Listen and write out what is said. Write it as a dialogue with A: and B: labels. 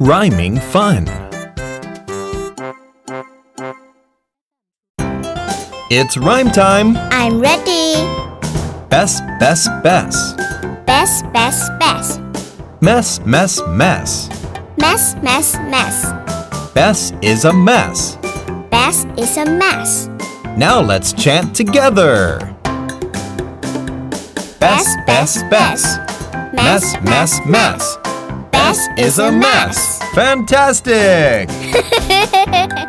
A: Rhyming fun. It's rhyme time.
B: I'm ready.
A: Best, best, best.
B: Best, best, best.
A: Mess, mess, mess.
B: Mess, mess, mess.
A: Bess is a mess.
B: Best is a mess.
A: Now let's chant together. Bess, Bess, Bess. Mess, mess, mess. Bess is a mess. Fantastic!
B: mess.